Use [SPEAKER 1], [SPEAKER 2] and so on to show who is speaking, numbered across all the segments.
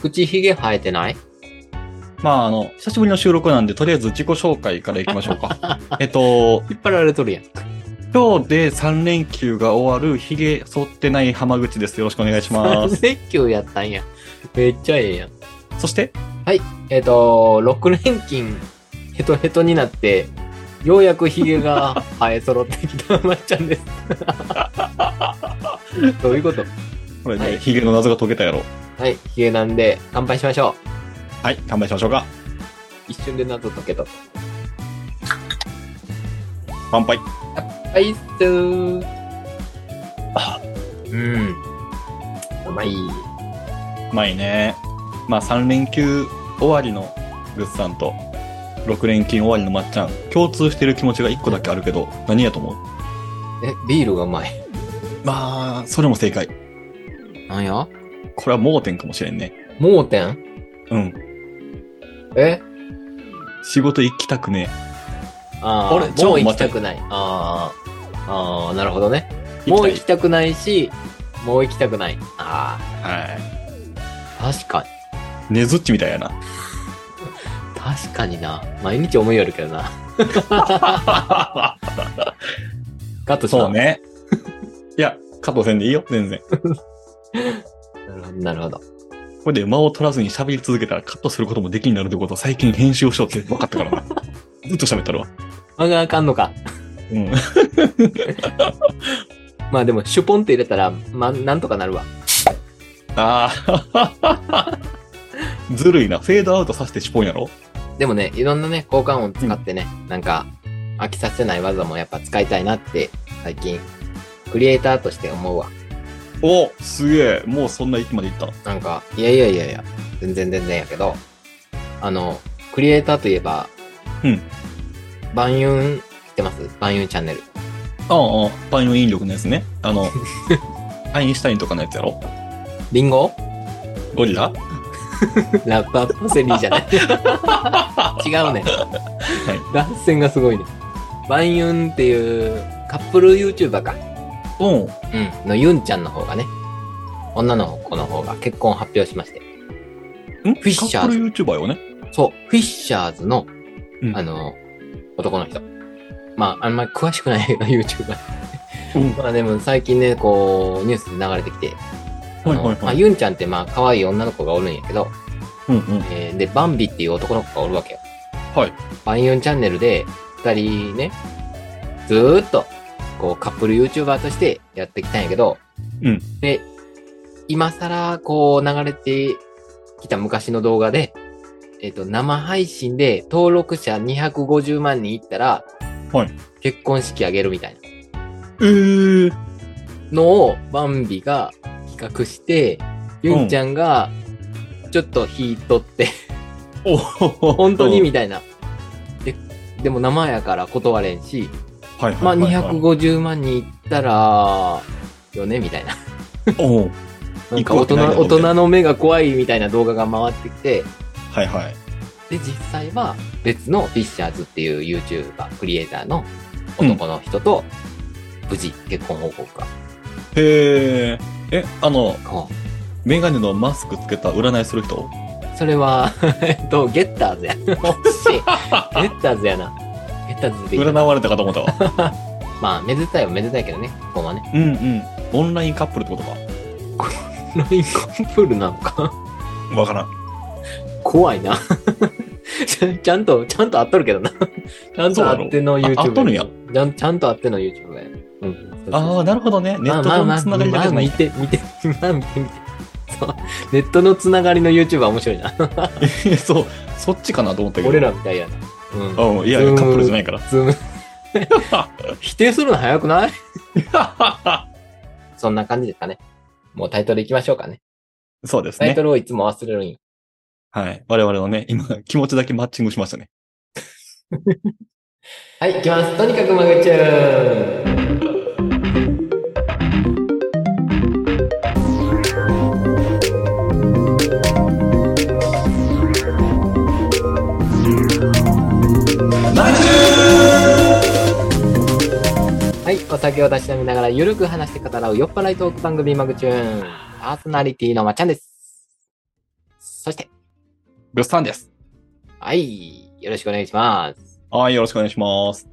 [SPEAKER 1] 口ひげ生えてない
[SPEAKER 2] まあ、あの、久しぶりの収録なんで、とりあえず自己紹介からいきましょうか。えっと、
[SPEAKER 1] 引っ張られとるやん。
[SPEAKER 2] 今日で3連休が終わる、ヒゲ剃ってない浜口です。よろしくお願い します。
[SPEAKER 1] 3連休やったんや。めっちゃええやん。
[SPEAKER 2] そして、
[SPEAKER 1] えっ、と、6連勤、ヘトヘトになって、ようやくヒゲ が生え揃ってきたまっちゃんです。 どういうこと
[SPEAKER 2] これで、
[SPEAKER 1] はい
[SPEAKER 2] ヒゲの謎が解けたやろ。
[SPEAKER 1] はい、ヒゲなんで乾杯しましょう。
[SPEAKER 2] はい、乾杯しましょうか。
[SPEAKER 1] 一瞬で謎解けた。
[SPEAKER 2] 乾杯。
[SPEAKER 1] はいっすー。
[SPEAKER 2] あ
[SPEAKER 1] うん。うまい。
[SPEAKER 2] うまいね。まあ、3連休終わりのグッさんと、6連休終わりのまっちゃん、共通してる気持ちが1個だけあるけど、何やと思う
[SPEAKER 1] え、ビールがうまい。
[SPEAKER 2] まあ、それも正解。
[SPEAKER 1] なんや
[SPEAKER 2] これは盲点かもしれんね。
[SPEAKER 1] 盲点
[SPEAKER 2] うん。
[SPEAKER 1] え
[SPEAKER 2] 仕事行きたくね
[SPEAKER 1] あ
[SPEAKER 2] あれ
[SPEAKER 1] あ、もう行きたくない。あーあー、なるほどね。
[SPEAKER 2] え。
[SPEAKER 1] もう行き
[SPEAKER 2] き
[SPEAKER 1] たくないし、もう行きたくない。あ
[SPEAKER 2] たい。は
[SPEAKER 1] あ、確かに。
[SPEAKER 2] い。ねずっちみたいやな。
[SPEAKER 1] 確かにな。毎日思いよるけどな。ガッ とした。
[SPEAKER 2] そう。ね。 いや、加藤せんでいいよ、全然。
[SPEAKER 1] なるほど、なるほど。
[SPEAKER 2] これで間を取らずに喋り続けたらカットすることもできになるってことは最近編集をしようって分かったから な。ずっと喋ったるわ。
[SPEAKER 1] あがあかんのか。
[SPEAKER 2] うん。
[SPEAKER 1] まあでも、シュポンって入れたら、まあ、なんとかなるわ。
[SPEAKER 2] ああ。 ずるいな。フェードアウトさせてしぽんやろ
[SPEAKER 1] でもね、いろんなね、交換音使ってね、なんか、飽きさせない技もやっぱ使いたいなって、最近、クリエイターとして思うわ。
[SPEAKER 2] おすげえ。もうそんな域までいった。
[SPEAKER 1] なんか、いやいやいやいや、全然全然やけど、あの、クリエイターといえば、
[SPEAKER 2] うん。
[SPEAKER 1] バンユン、知ってますバンユンチャンネル。
[SPEAKER 2] ああ、万有引力のやつね。あの、アインシュタインとかのやつやろ
[SPEAKER 1] リンゴ
[SPEAKER 2] ゴリラ
[SPEAKER 1] ラッパーパセリーじゃない。 違うね。
[SPEAKER 2] い
[SPEAKER 1] 脱線がすごいね。バンユンっていうカップル YouTuber か。
[SPEAKER 2] うん。
[SPEAKER 1] うん。のユンちゃんの方がね、女の子の方が結婚を発表しまして。
[SPEAKER 2] ん
[SPEAKER 1] フィッシャーズ
[SPEAKER 2] カップル YouTuber よね。
[SPEAKER 1] そう、フィッシャーズの、
[SPEAKER 2] うん
[SPEAKER 1] あの、男の人。まあ、あんまり詳しくない YouTuber。
[SPEAKER 2] うん。
[SPEAKER 1] まあでも最近ね、こう、ニュースで流れてきて、
[SPEAKER 2] はいはい
[SPEAKER 1] まあ、
[SPEAKER 2] はい。
[SPEAKER 1] ユンちゃんってまあ、可愛い女の子がおるんやけど、
[SPEAKER 2] うんうん。
[SPEAKER 1] えーで、バンビっていう男の子がおるわけよ。
[SPEAKER 2] はい。
[SPEAKER 1] バンユンチャンネルで、二人ね、ずーっと、こう、カップル YouTuber としてやってきたんやけど、
[SPEAKER 2] うん
[SPEAKER 1] で、今更、こう、流れてきた昔の動画で、えっ、と、生配信で登録者250万人いったら、
[SPEAKER 2] はい
[SPEAKER 1] 結婚式あげるみたいな
[SPEAKER 2] えー。
[SPEAKER 1] のを、バンビが企画して、ユンちゃんが、ちょっと引いとって、
[SPEAKER 2] お
[SPEAKER 1] 本
[SPEAKER 2] 本
[SPEAKER 1] 当にみたいな。で、でも生やから断れんし、
[SPEAKER 2] はいはい
[SPEAKER 1] まあ
[SPEAKER 2] はいはい。
[SPEAKER 1] 250万人いったら、よねみたいな。
[SPEAKER 2] おう
[SPEAKER 1] なんか
[SPEAKER 2] 行
[SPEAKER 1] 大
[SPEAKER 2] く
[SPEAKER 1] 人、
[SPEAKER 2] わけないだろ
[SPEAKER 1] 大人の目が怖いみたいな動画が回ってきて、
[SPEAKER 2] はいはい。
[SPEAKER 1] で、実際は別のフィッシャーズっていう YouTuber、クリエイターの男の人と、無事結婚報告が。
[SPEAKER 2] へえ。え、あの、
[SPEAKER 1] こう
[SPEAKER 2] メガネのマスクつけた占いする人
[SPEAKER 1] それは、 えっと、ゲッターズや。惜しい。ゲッターズやな。ゲッターズでいい
[SPEAKER 2] 占われたかと思った わ。
[SPEAKER 1] まあ、めでたいはめでたいけどね、ここはね。
[SPEAKER 2] うんうん。オンラインカップルってことか。
[SPEAKER 1] ラインコンプールなのか。
[SPEAKER 2] わからん。
[SPEAKER 1] 怖いな ちゃ。ちゃんと、ちゃんと会っとるけどな。ちゃんと会っての
[SPEAKER 2] そうな
[SPEAKER 1] YouTube
[SPEAKER 2] のあ会っとるんや
[SPEAKER 1] ちゃん。ちゃんと会っての YouTube や。うん。
[SPEAKER 2] ああ、なるほどね。ネ
[SPEAKER 1] ま
[SPEAKER 2] ッ
[SPEAKER 1] あ
[SPEAKER 2] ト
[SPEAKER 1] まあ
[SPEAKER 2] 上
[SPEAKER 1] ま
[SPEAKER 2] の
[SPEAKER 1] あ、
[SPEAKER 2] つながりだ
[SPEAKER 1] ま
[SPEAKER 2] け
[SPEAKER 1] あ
[SPEAKER 2] じゃない
[SPEAKER 1] 見。て、見て、まあ見て、見て。そう。 ネットのつながりの YouTuber 面白いな。
[SPEAKER 2] そう、そっちかなと思ったけど。
[SPEAKER 1] 俺らみたいやな。うん。
[SPEAKER 2] うん。いやいや、カップルじゃないから。
[SPEAKER 1] ズー ム。否定するの早くないそんな感じですかね。もうタイトルいきましょうかね。
[SPEAKER 2] そうです
[SPEAKER 1] タイ
[SPEAKER 2] ね
[SPEAKER 1] ト。ルをいつも忘れるんよ。
[SPEAKER 2] はい。我々のね、今、気持ちだけマッチングしましたね。
[SPEAKER 1] はい、いきます。とにかくマグチューン。はい、お酒を出し飲みながらゆるく話して語らう酔っ払いトーク番組マグチューン。パーソナリティのまっちゃんです。そして、
[SPEAKER 2] グッサンです。
[SPEAKER 1] はい。よろしくお願いします。
[SPEAKER 2] はい、よろしくお願いします。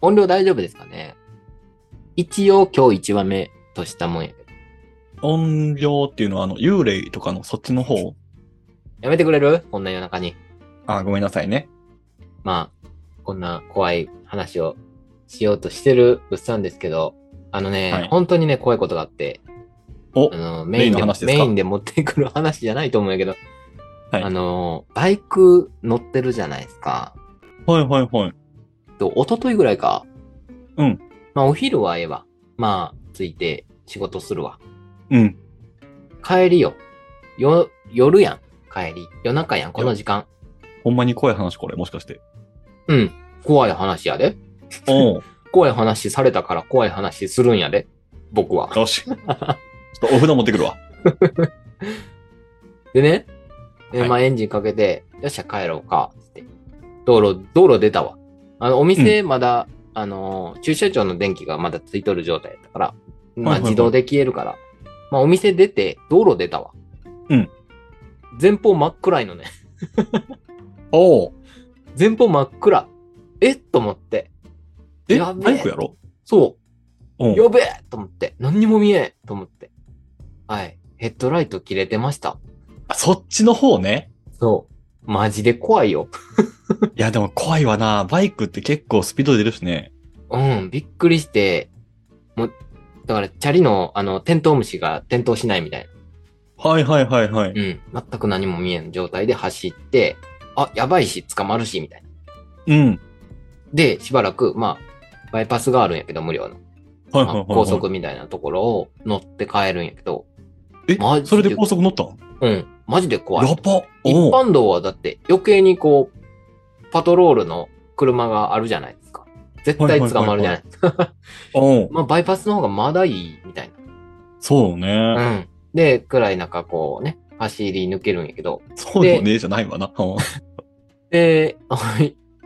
[SPEAKER 1] 音量大丈夫ですかね一応今日1話目としたもんやけど。
[SPEAKER 2] 音量っていうのは、あの、幽霊とかのそっちの方。
[SPEAKER 1] やめてくれるこんな夜中に。
[SPEAKER 2] あ、ごめんなさいね。
[SPEAKER 1] まあ、こんな怖い話をしようとしてる物産ですけど、あのね、
[SPEAKER 2] はい
[SPEAKER 1] 本当にね、怖いことがあって、
[SPEAKER 2] お
[SPEAKER 1] あ、のメインで
[SPEAKER 2] メインの話です
[SPEAKER 1] メ
[SPEAKER 2] か
[SPEAKER 1] インで持ってくる話じゃないと思うんやけど、
[SPEAKER 2] はい
[SPEAKER 1] あの、バイク乗ってるじゃないですか。
[SPEAKER 2] はいはいはい。
[SPEAKER 1] と、一昨日ぐらいか。
[SPEAKER 2] うん。
[SPEAKER 1] まあ、お昼はええわ。まあ、ついて仕事するわ。
[SPEAKER 2] うん。
[SPEAKER 1] 帰りよ。よ、夜やん。帰り。夜中やん、この時間。
[SPEAKER 2] ほんまに怖い話これ、もしかして。
[SPEAKER 1] うん。怖い話やで。
[SPEAKER 2] おう
[SPEAKER 1] 怖い話されたから怖い話するんやで。僕は。
[SPEAKER 2] よし。ちょっとお札持ってくるわ。
[SPEAKER 1] でね、で
[SPEAKER 2] はい
[SPEAKER 1] まあエンジンかけて、よっしゃ帰ろうか、つって。道路、道路出たわ。あの、お店まだ、あのー、駐車場の電気がまだついとる状態だったから、ま
[SPEAKER 2] は
[SPEAKER 1] あ
[SPEAKER 2] いはいはい
[SPEAKER 1] 自動で消えるから、まあお店出て、道路出たわ。
[SPEAKER 2] うん。
[SPEAKER 1] 前方真っ暗いのね。
[SPEAKER 2] おう
[SPEAKER 1] 前方真っ暗。えっと思って。
[SPEAKER 2] え、
[SPEAKER 1] やべえ
[SPEAKER 2] バイクやろ
[SPEAKER 1] そう。
[SPEAKER 2] おう
[SPEAKER 1] やべえと思って。何にも見えんと思って。はい。ヘッドライト切れてました。
[SPEAKER 2] あそっちの方ね。
[SPEAKER 1] そう。マジで怖いよ。
[SPEAKER 2] いや、でも怖いわな。バイクって結構スピード出るしね。
[SPEAKER 1] うん、びっくりして、もう、だから、チャリの、あの、テントウムシが転倒しないみたいな。
[SPEAKER 2] はいはいはいは
[SPEAKER 1] う
[SPEAKER 2] い。
[SPEAKER 1] ん、全く何も見えん状態で走って、あ、やばいし、捕まるし、みたいな。
[SPEAKER 2] うん。
[SPEAKER 1] で、しばらく、まあ、バイパスがあるんやけど、無料の。
[SPEAKER 2] はいはい
[SPEAKER 1] ま
[SPEAKER 2] は
[SPEAKER 1] あ、
[SPEAKER 2] いはい。
[SPEAKER 1] 高速みたいなところを乗って帰るんやけど、
[SPEAKER 2] え
[SPEAKER 1] マジ、で
[SPEAKER 2] それで高速乗ったん
[SPEAKER 1] うん、マジで怖
[SPEAKER 2] や
[SPEAKER 1] い
[SPEAKER 2] っ。ば
[SPEAKER 1] 一
[SPEAKER 2] おう
[SPEAKER 1] 般道はだって余計にこう、パトロールの車があるじゃないですか。絶対捕まるじゃないですか。
[SPEAKER 2] おう
[SPEAKER 1] まあ、バイパスの方がまだいい、みたいな。
[SPEAKER 2] そうね。
[SPEAKER 1] うん。で、暗い中、こうね、走り抜けるんやけど。
[SPEAKER 2] そうでもねえじゃないわな。うん
[SPEAKER 1] で、 あ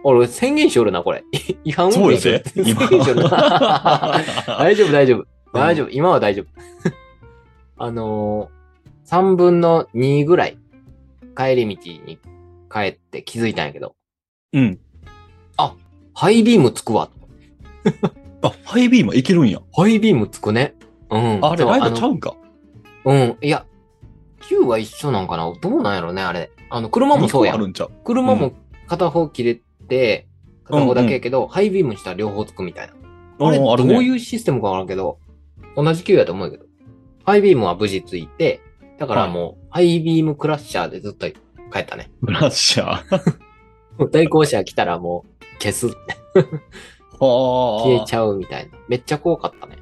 [SPEAKER 1] 俺、宣言しよるな、これ。 違反運
[SPEAKER 2] そう
[SPEAKER 1] 転
[SPEAKER 2] や
[SPEAKER 1] しよる。
[SPEAKER 2] で
[SPEAKER 1] 宣
[SPEAKER 2] 今。
[SPEAKER 1] 言しよ るな。大丈夫、大丈夫。大丈
[SPEAKER 2] 夫。
[SPEAKER 1] 夫、今は大丈夫。 あのー、3分の2ぐらい、帰り道に帰って気づいたんやけど、
[SPEAKER 2] うん。
[SPEAKER 1] ハイビームつくわ。
[SPEAKER 2] あ、ハイビームいけるんや。
[SPEAKER 1] ハイビームつくね。うん。
[SPEAKER 2] あれ、
[SPEAKER 1] そう
[SPEAKER 2] ライトちゃ
[SPEAKER 1] の
[SPEAKER 2] うんか。
[SPEAKER 1] うん。いや、Q は一緒なんかなどうなんやろね、あれ。あの、車もそうや
[SPEAKER 2] あ
[SPEAKER 1] ん
[SPEAKER 2] る。んちゃう。
[SPEAKER 1] 車も片方切れて、
[SPEAKER 2] うん
[SPEAKER 1] 片方だけやけど、ハイビームしたら両方つくみたいな。あれ、
[SPEAKER 2] うんある
[SPEAKER 1] ど
[SPEAKER 2] ね
[SPEAKER 1] ういうシステムかわからんけど、同じ級やと思うけど、ハイビームは無事ついて、だからもう、ハイビームクラッシャーでずっと帰った ね。
[SPEAKER 2] ブラッシャー。は
[SPEAKER 1] 対向車来たらもう、消す、消えち
[SPEAKER 2] ゃう。
[SPEAKER 1] ゃうみたいな。めっちゃ怖かったね。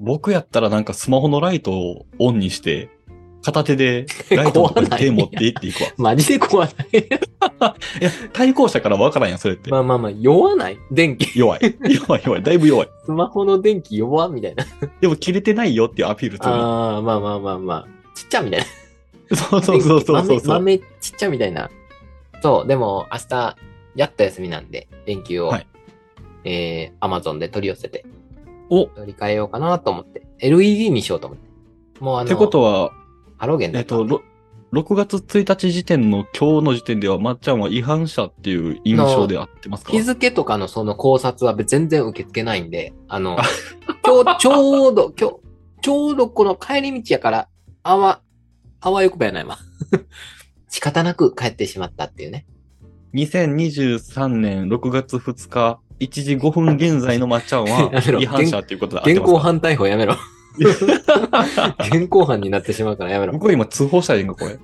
[SPEAKER 2] 僕やったらなんかスマホのライトをオンにして、片 手でライトのとこに手持っていっていくわ。
[SPEAKER 1] マジで怖ない。
[SPEAKER 2] いや、対向車からわからんやん、それって。
[SPEAKER 1] まあまあまあ、酔わない電気。
[SPEAKER 2] 弱い。 弱い弱い。だいぶ弱い。
[SPEAKER 1] スマホの電気酔わみたいな。
[SPEAKER 2] でも切れてないよっていうアピールするの。
[SPEAKER 1] ああ、まあまあまあまあ。ちっちゃみたいな。
[SPEAKER 2] そうそうそうそうそうそう。
[SPEAKER 1] 豆、豆ちっちゃみたいな。そう、でも明日、やった休みなんで、連休を、
[SPEAKER 2] はい
[SPEAKER 1] えー、アマゾンで取り寄せて、
[SPEAKER 2] おっ
[SPEAKER 1] 取り替えようかなと思って、LED にしようと思って。もうあの、
[SPEAKER 2] てことは、
[SPEAKER 1] ハロゲンだ
[SPEAKER 2] えっと、ろ6月1日時点の今日の時点では、まっちゃんは違反者っていう印象で合ってますか
[SPEAKER 1] 日付とかのその考察は全然受け付けないんで、あの、今日ちょうど、今日、ちょうどこの帰り道やから、あわ、あわよくばやないわ。仕方なく帰ってしまったっていうね。
[SPEAKER 2] 2023年6月2日、1時5分現在のまっちゃんは
[SPEAKER 1] やめろ
[SPEAKER 2] 違反者っていうことで合って
[SPEAKER 1] 現
[SPEAKER 2] ます
[SPEAKER 1] 行
[SPEAKER 2] か
[SPEAKER 1] 犯逮捕や めろ。現行犯になってしまうからやめろ。
[SPEAKER 2] 僕は今通報したらいいんか、こ れ。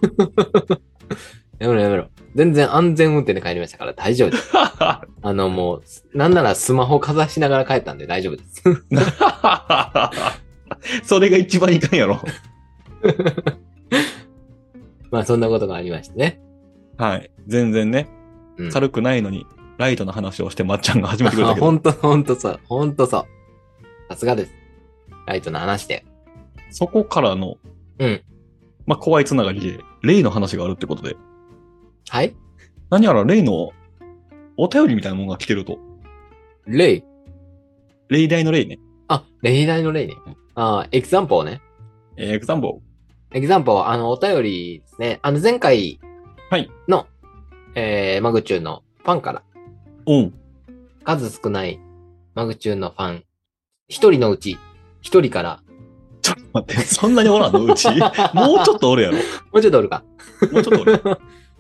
[SPEAKER 1] やめろやめろ。全然安全運転で帰りましたから大丈夫です。あのもう、なんならスマホかざしながら帰ったんで大丈夫です。
[SPEAKER 2] それが一番いかんやろ。
[SPEAKER 1] まあそんなことがありましてね。
[SPEAKER 2] はい。全然ね、
[SPEAKER 1] うん、
[SPEAKER 2] 軽くないのに、ライトの話をしてまっちゃんが始めてくれ
[SPEAKER 1] あ
[SPEAKER 2] たけど、
[SPEAKER 1] ほんとほんとそう。ほんとそう。さすがです。ライトの話で。
[SPEAKER 2] そこからの、
[SPEAKER 1] うん
[SPEAKER 2] まあ、怖いつながりで、例の話があるってことで、
[SPEAKER 1] はい
[SPEAKER 2] 何やら例のお便りみたいなものが来てると。
[SPEAKER 1] 例
[SPEAKER 2] 例題の例ね。
[SPEAKER 1] あ、例題の例ね。あエクザンポーね。
[SPEAKER 2] えー、エグザンボ
[SPEAKER 1] エグザンパは、あの、お便りですね。あの、前回
[SPEAKER 2] はい
[SPEAKER 1] の、えー、マグチューンのファンから、
[SPEAKER 2] うん。
[SPEAKER 1] 数少ないマグチューンのファン、一人のうち、一人から、
[SPEAKER 2] ちょっと待って、そんなにおらんのう ちもうちょっとおるやろ。
[SPEAKER 1] もうちょっとおるか。
[SPEAKER 2] もうちょっとおる。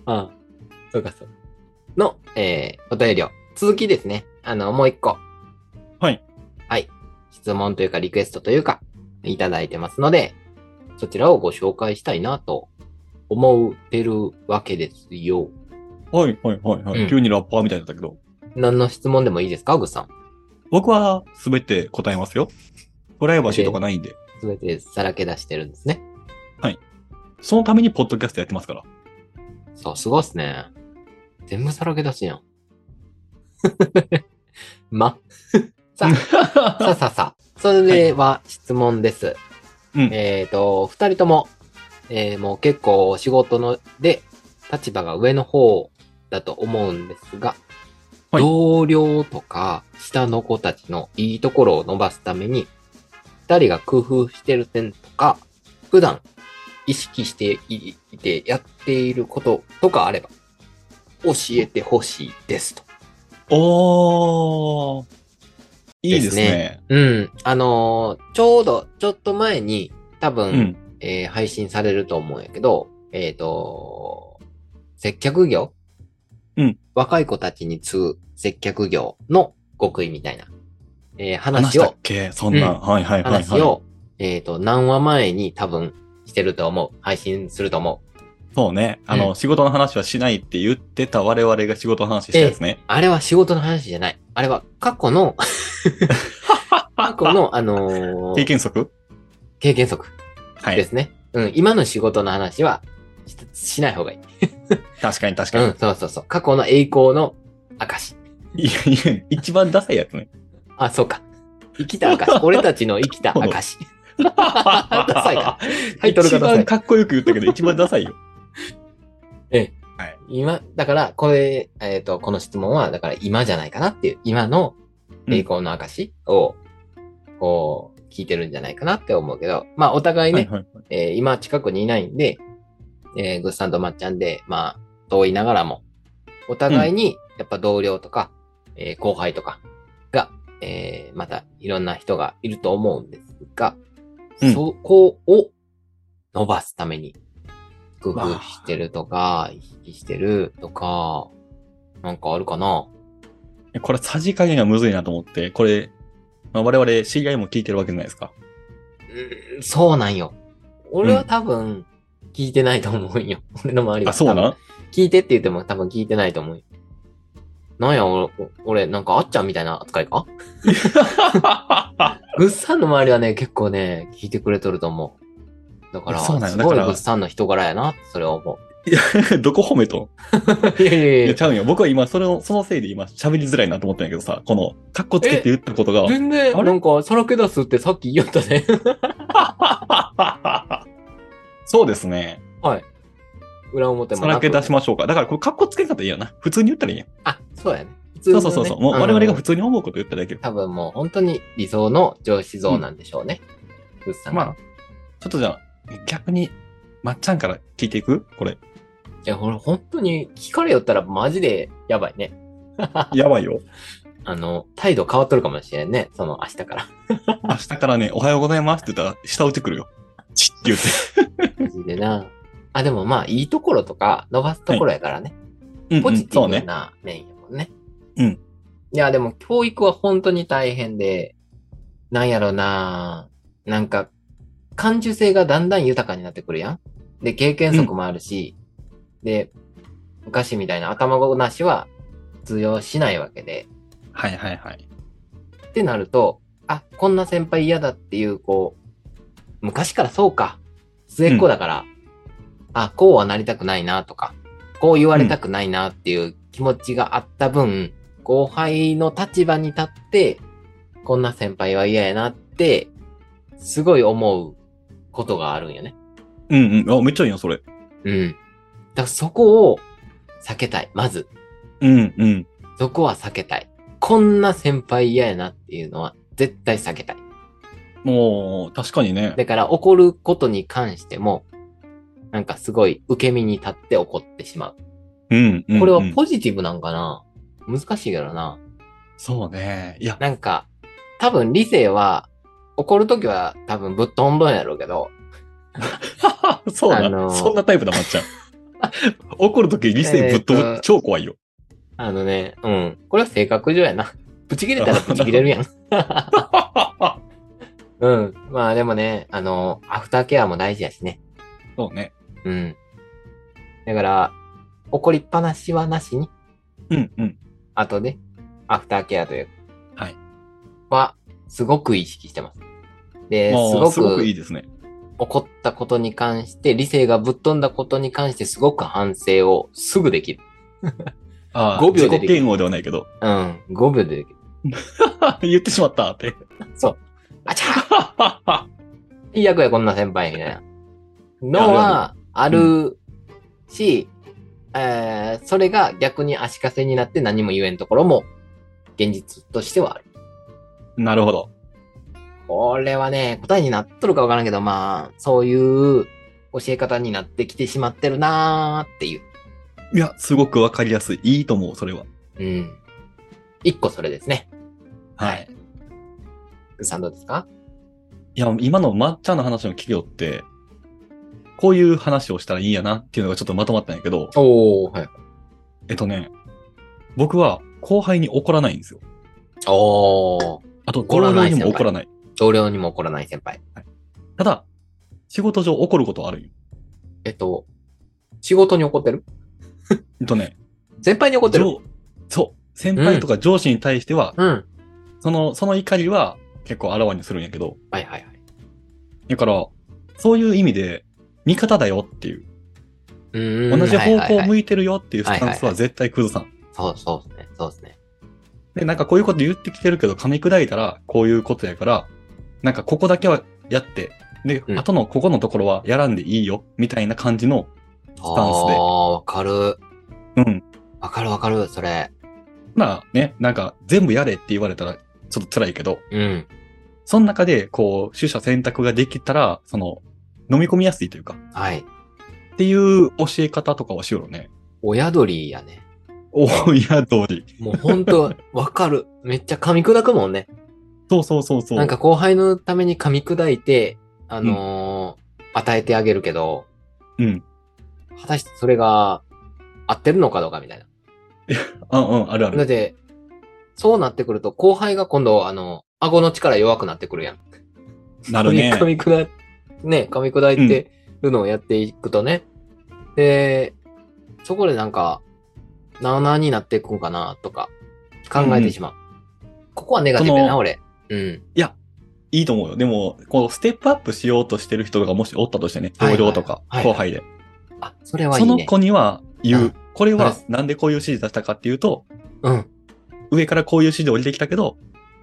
[SPEAKER 1] うん。そうか、そう。の、えー、お便りを。続きですね。あの、もう一個。
[SPEAKER 2] はい。
[SPEAKER 1] はい。質問というか、リクエストというか、いただいてますので、そちらをご紹介したいなと思ってるわけですよ。
[SPEAKER 2] はいはいはいはい。
[SPEAKER 1] うん
[SPEAKER 2] 急にラッパーみたいだったけど。
[SPEAKER 1] 何の質問でもいいですか、グッさん。
[SPEAKER 2] 僕は全て答えますよ。プライバシーとかないんで。
[SPEAKER 1] すべてさらけ出してるんですね。
[SPEAKER 2] そのためにポッドキャストやってますから。
[SPEAKER 1] そう、すごいっすね。全部さらけ出すやん。 ま。さあ、さあさあさあ。それでは質問です。
[SPEAKER 2] うん
[SPEAKER 1] えっ、と、二人とも、えーもう結構仕事ので立場が上の方だと思うんですが、
[SPEAKER 2] はい
[SPEAKER 1] 同僚とか下の子たちのいいところを伸ばすために、二人が工夫してる点とか、普段意識していいてやっていることとかあれば、教えてほしいですと。
[SPEAKER 2] おー。いいですね。
[SPEAKER 1] うん。あのーちょうど、ちょっと前に、多分、
[SPEAKER 2] うん。
[SPEAKER 1] えー配信されると思うんやけど、えっ、と、接客業
[SPEAKER 2] うん。
[SPEAKER 1] 若い子たちに継ぐ接客業の極意みたいな、えー
[SPEAKER 2] 話
[SPEAKER 1] 話
[SPEAKER 2] したっ
[SPEAKER 1] を、
[SPEAKER 2] けそんな、
[SPEAKER 1] うん
[SPEAKER 2] はいはいはい、はい。
[SPEAKER 1] 話を、えっ、と、何話前に多分してると思う。配信すると思う。
[SPEAKER 2] そうね。あの、
[SPEAKER 1] うん
[SPEAKER 2] 仕事の話はしないって言ってた我々が仕事の話したやつね。
[SPEAKER 1] あれは仕事の話じゃない。あれは過去の、過去の、あのー
[SPEAKER 2] 経験則
[SPEAKER 1] 経験則
[SPEAKER 2] は
[SPEAKER 1] で
[SPEAKER 2] い。
[SPEAKER 1] すね。うん、今の仕事の話はししない方がいい。
[SPEAKER 2] 確かに確か
[SPEAKER 1] う
[SPEAKER 2] に。
[SPEAKER 1] ん、そうそうそう。過去の栄光の証。
[SPEAKER 2] いやいや、一番ダサいやつね。
[SPEAKER 1] あ、そうか。生きた 証。俺たちの生きた証。ダサいか。タイトルが
[SPEAKER 2] 一
[SPEAKER 1] ダサ
[SPEAKER 2] 番
[SPEAKER 1] い。
[SPEAKER 2] かっこよく 言ったけど、一番ダサいよ。
[SPEAKER 1] 今、だから、これ、えっ、と、この質問は、だから今じゃないかなっていう、今の栄光の証を、こう、聞いてるんじゃないかなって思うけど、まあ、お互いね、
[SPEAKER 2] はいはい
[SPEAKER 1] えー今近くにいないんで、えー、ぐっさんとまっちゃんで、まあ、遠いながらも、お互いに、やっぱ同僚とか、えー後輩とかが、えーまたいろんな人がいると思うんですが、
[SPEAKER 2] うん
[SPEAKER 1] そこを伸ばすために、工夫してるとか、意識してるとか、なんかあるかな
[SPEAKER 2] これ、さじ加減がむずいなと思って、これ、まあ、我々、知り合いも聞いてるわけじゃないですか。
[SPEAKER 1] うんそうなんよ。俺は多分、聞いてないと思うんよ。俺の周りは。
[SPEAKER 2] あ、そう
[SPEAKER 1] 多分
[SPEAKER 2] なん
[SPEAKER 1] 聞いてって言っても多分聞いてないと思うよ。なんや、俺、俺、なんかあっちゃんみたいな扱いかぐっさんの周りはね、結構ね、聞いてくれとると思う。だから、
[SPEAKER 2] そうなんよ
[SPEAKER 1] す
[SPEAKER 2] だか
[SPEAKER 1] ごい
[SPEAKER 2] ら
[SPEAKER 1] ぐっさんの人柄やな、それは思
[SPEAKER 2] どこ褒めと
[SPEAKER 1] う。いやいや
[SPEAKER 2] んい
[SPEAKER 1] い
[SPEAKER 2] や、
[SPEAKER 1] や
[SPEAKER 2] ち、ゃうんよ。僕は今、それを、そのせいで今、喋りづらいなと思ったんやけどさ、この、かっこつけて言った ことが、
[SPEAKER 1] 全然、
[SPEAKER 2] あれ
[SPEAKER 1] なんか、さらけ出すってさっき言いよったね。
[SPEAKER 2] そうですね。
[SPEAKER 1] はい。裏表も
[SPEAKER 2] さ
[SPEAKER 1] なく。
[SPEAKER 2] らけ出しましょうか。だから、これ、かっこつけ方いいよな。普通に言ったらいいやん。
[SPEAKER 1] あ、そうやね。普通の
[SPEAKER 2] そう
[SPEAKER 1] ね
[SPEAKER 2] そうそうそう。もう、我々が普
[SPEAKER 1] ん
[SPEAKER 2] 通に思うこと言っただけ。
[SPEAKER 1] 多分もう、本当に理想の上司像なんでしょうね。ぐっさんが。
[SPEAKER 2] まあ、ちょっとじゃあ、逆に、まっちゃんから聞いていく これ。
[SPEAKER 1] いや、俺本当に聞かれよったらマジでやばいね。
[SPEAKER 2] やばいよ。
[SPEAKER 1] あの、態度変わっとるかもしれんね。その明日から。
[SPEAKER 2] 明日からね、おはようございますって言ったら、下打ってくるよ。チッって言って。
[SPEAKER 1] マジでな。 あ、でもまあ、いいところとか伸ばすところやからね。
[SPEAKER 2] うんうん
[SPEAKER 1] ポジテ
[SPEAKER 2] そ
[SPEAKER 1] ィ
[SPEAKER 2] う
[SPEAKER 1] ブ
[SPEAKER 2] ね。
[SPEAKER 1] な面やもんね。
[SPEAKER 2] うん。
[SPEAKER 1] いや、でも教育は本当に大変で、なんやろな。なんか、感受性がだんだん豊かになってくるやん。で、経験則もあるし、で、昔みたいな頭ごなしは通用しないわけで、
[SPEAKER 2] はいはいはい。
[SPEAKER 1] ってなると、あ、こんな先輩嫌だっていう、こう、昔からそうか。末っ子だから、あ、こうはなりたくないなとか、こう言われたくないなっていう気持ちがあった分、後輩の立場に立って、こんな先輩は嫌やなって、すごい思うことがあるんよね。
[SPEAKER 2] うんうん。あ、めっちゃいいよ、それ。
[SPEAKER 1] うん。だからそこを避けたい。まず、
[SPEAKER 2] うんうん。
[SPEAKER 1] そこは避けたい。こんな先輩嫌やなっていうのは絶対避けたい。
[SPEAKER 2] もう、確かにね。
[SPEAKER 1] だから怒ることに関しても、なんかすごい受け身に立って怒ってしま
[SPEAKER 2] うん、うん。
[SPEAKER 1] う。これは
[SPEAKER 2] うん
[SPEAKER 1] ポジティブなんかな、難しいけどな。
[SPEAKER 2] そうね。いや、
[SPEAKER 1] なんか、多分理性は、怒るときは多分ぶっ飛んどんやろうけど、
[SPEAKER 2] そうな、
[SPEAKER 1] あのー
[SPEAKER 2] そんなタイプだ、まっちゃん。 怒るとき理性ぶっ飛ぶ、
[SPEAKER 1] えーと
[SPEAKER 2] 超怖 いよ。
[SPEAKER 1] あのね、うん。これは性格上やな。ぶち切れたらぶち切れる やん。うん。まあでもね、あの、アフターケアも大事やしね。
[SPEAKER 2] そうね。
[SPEAKER 1] うん。だから、怒りっぱなしはなしに、
[SPEAKER 2] うん、うん。
[SPEAKER 1] 後で、アフターケアというか、
[SPEAKER 2] はい。
[SPEAKER 1] は、すごく意識してます。で、す
[SPEAKER 2] も
[SPEAKER 1] ご
[SPEAKER 2] う、すごくい
[SPEAKER 1] く
[SPEAKER 2] いですね。
[SPEAKER 1] 怒ったことに関して、理性がぶっ飛んだことに関してすごく反省をすぐできる。
[SPEAKER 2] ああ
[SPEAKER 1] 5秒でできる
[SPEAKER 2] 自己嫌悪ではないけど。
[SPEAKER 1] うん。5秒でできる。
[SPEAKER 2] 言ってしまったって。
[SPEAKER 1] あちゃーいい役や、こんな先輩みたいな。のは、あ
[SPEAKER 2] る
[SPEAKER 1] るし、えー、それが逆に足かせになって何も言えんところも、現実としてはある。
[SPEAKER 2] なるほど。
[SPEAKER 1] これはね、答えになっとるかわからんけど、まあ、そういう教え方になってきてしまってるなーっていう。
[SPEAKER 2] いや、すごくわかりやすい。いいと思う、それは。
[SPEAKER 1] うん。一個それですね。
[SPEAKER 2] はい。
[SPEAKER 1] グさんどうですか
[SPEAKER 2] いや、今のまっちゃんの話の企業って、こういう話をしたらいいんやなっていうのがちょっとまとまったんやけど、
[SPEAKER 1] おー、はい。
[SPEAKER 2] えっとね、僕は後輩に怒らないんですよ。
[SPEAKER 1] おー。
[SPEAKER 2] あと、
[SPEAKER 1] 怒
[SPEAKER 2] 同
[SPEAKER 1] らな
[SPEAKER 2] 僚
[SPEAKER 1] い
[SPEAKER 2] に
[SPEAKER 1] 先
[SPEAKER 2] も
[SPEAKER 1] 輩
[SPEAKER 2] 怒らない。
[SPEAKER 1] 同僚にも怒らない先輩。
[SPEAKER 2] ただ、仕事上怒ることはあるよ。
[SPEAKER 1] えっと、仕事に怒ってる
[SPEAKER 2] えっとね、
[SPEAKER 1] 先輩に怒ってる
[SPEAKER 2] 上そう、先輩とか上司に対しては、
[SPEAKER 1] うん。
[SPEAKER 2] その、その怒りは結構あらわにするんやけど、
[SPEAKER 1] はいはいはい。
[SPEAKER 2] だから、そういう意味で、味方だよっていう、
[SPEAKER 1] う
[SPEAKER 2] 同
[SPEAKER 1] ーん
[SPEAKER 2] じ方向を
[SPEAKER 1] はいはいはい
[SPEAKER 2] 向いてるよっていうスタンスは絶対崩さん。
[SPEAKER 1] そうそうですね。そうですね。
[SPEAKER 2] で、なんかこういうこと言ってきてるけど、噛み砕いたら、こういうことやから、なんかここだけはやって、で、
[SPEAKER 1] うん
[SPEAKER 2] 後のここのところはやらんでいいよ、みたいな感じの、スタンスで
[SPEAKER 1] ああ、わかる。
[SPEAKER 2] うん。
[SPEAKER 1] わかるわかる、それ。
[SPEAKER 2] まあね、なんか全部やれって言われたら、ちょっと辛いけど、
[SPEAKER 1] うん。
[SPEAKER 2] その中で、こう、取捨選択ができたら、その、飲み込みやすいというか、
[SPEAKER 1] はい。
[SPEAKER 2] っていう教え方とかをしようね。
[SPEAKER 1] 親鳥やね。
[SPEAKER 2] おや通り。
[SPEAKER 1] もうほんと、わかる。めっちゃ噛み砕くもんね。
[SPEAKER 2] そうそうそうそう。
[SPEAKER 1] なんか後輩のために噛み砕いて、あのー与えてあげるけど、
[SPEAKER 2] うん。
[SPEAKER 1] 果たしてそれが合ってるのかどうかみたいな。
[SPEAKER 2] うんうん、あるあ
[SPEAKER 1] だっ
[SPEAKER 2] る。
[SPEAKER 1] て、そうなってくると後輩が今度、あの、顎の力弱くなってくるやん。
[SPEAKER 2] なるね
[SPEAKER 1] 噛。み砕い、ね、噛み砕いてるのをやっていくとね。で、そこでなんか、なあなあになっていくんかなとか、考えてしまう。ここはネガティブや
[SPEAKER 2] そ
[SPEAKER 1] な、
[SPEAKER 2] の
[SPEAKER 1] 俺。うん。
[SPEAKER 2] いいと思うよ。でも、こう、ステップアップしようとしてる人がもしおったとしてね、
[SPEAKER 1] はいは
[SPEAKER 2] 同
[SPEAKER 1] い
[SPEAKER 2] 僚とか
[SPEAKER 1] はい
[SPEAKER 2] 後輩で。
[SPEAKER 1] あ、それはい
[SPEAKER 2] そ
[SPEAKER 1] い
[SPEAKER 2] の
[SPEAKER 1] ね。
[SPEAKER 2] 子には言
[SPEAKER 1] うん
[SPEAKER 2] う。これは
[SPEAKER 1] そ、
[SPEAKER 2] なんでこういう指示出したかっていうと、
[SPEAKER 1] うん。
[SPEAKER 2] 上からこういう指示降りてきたけど、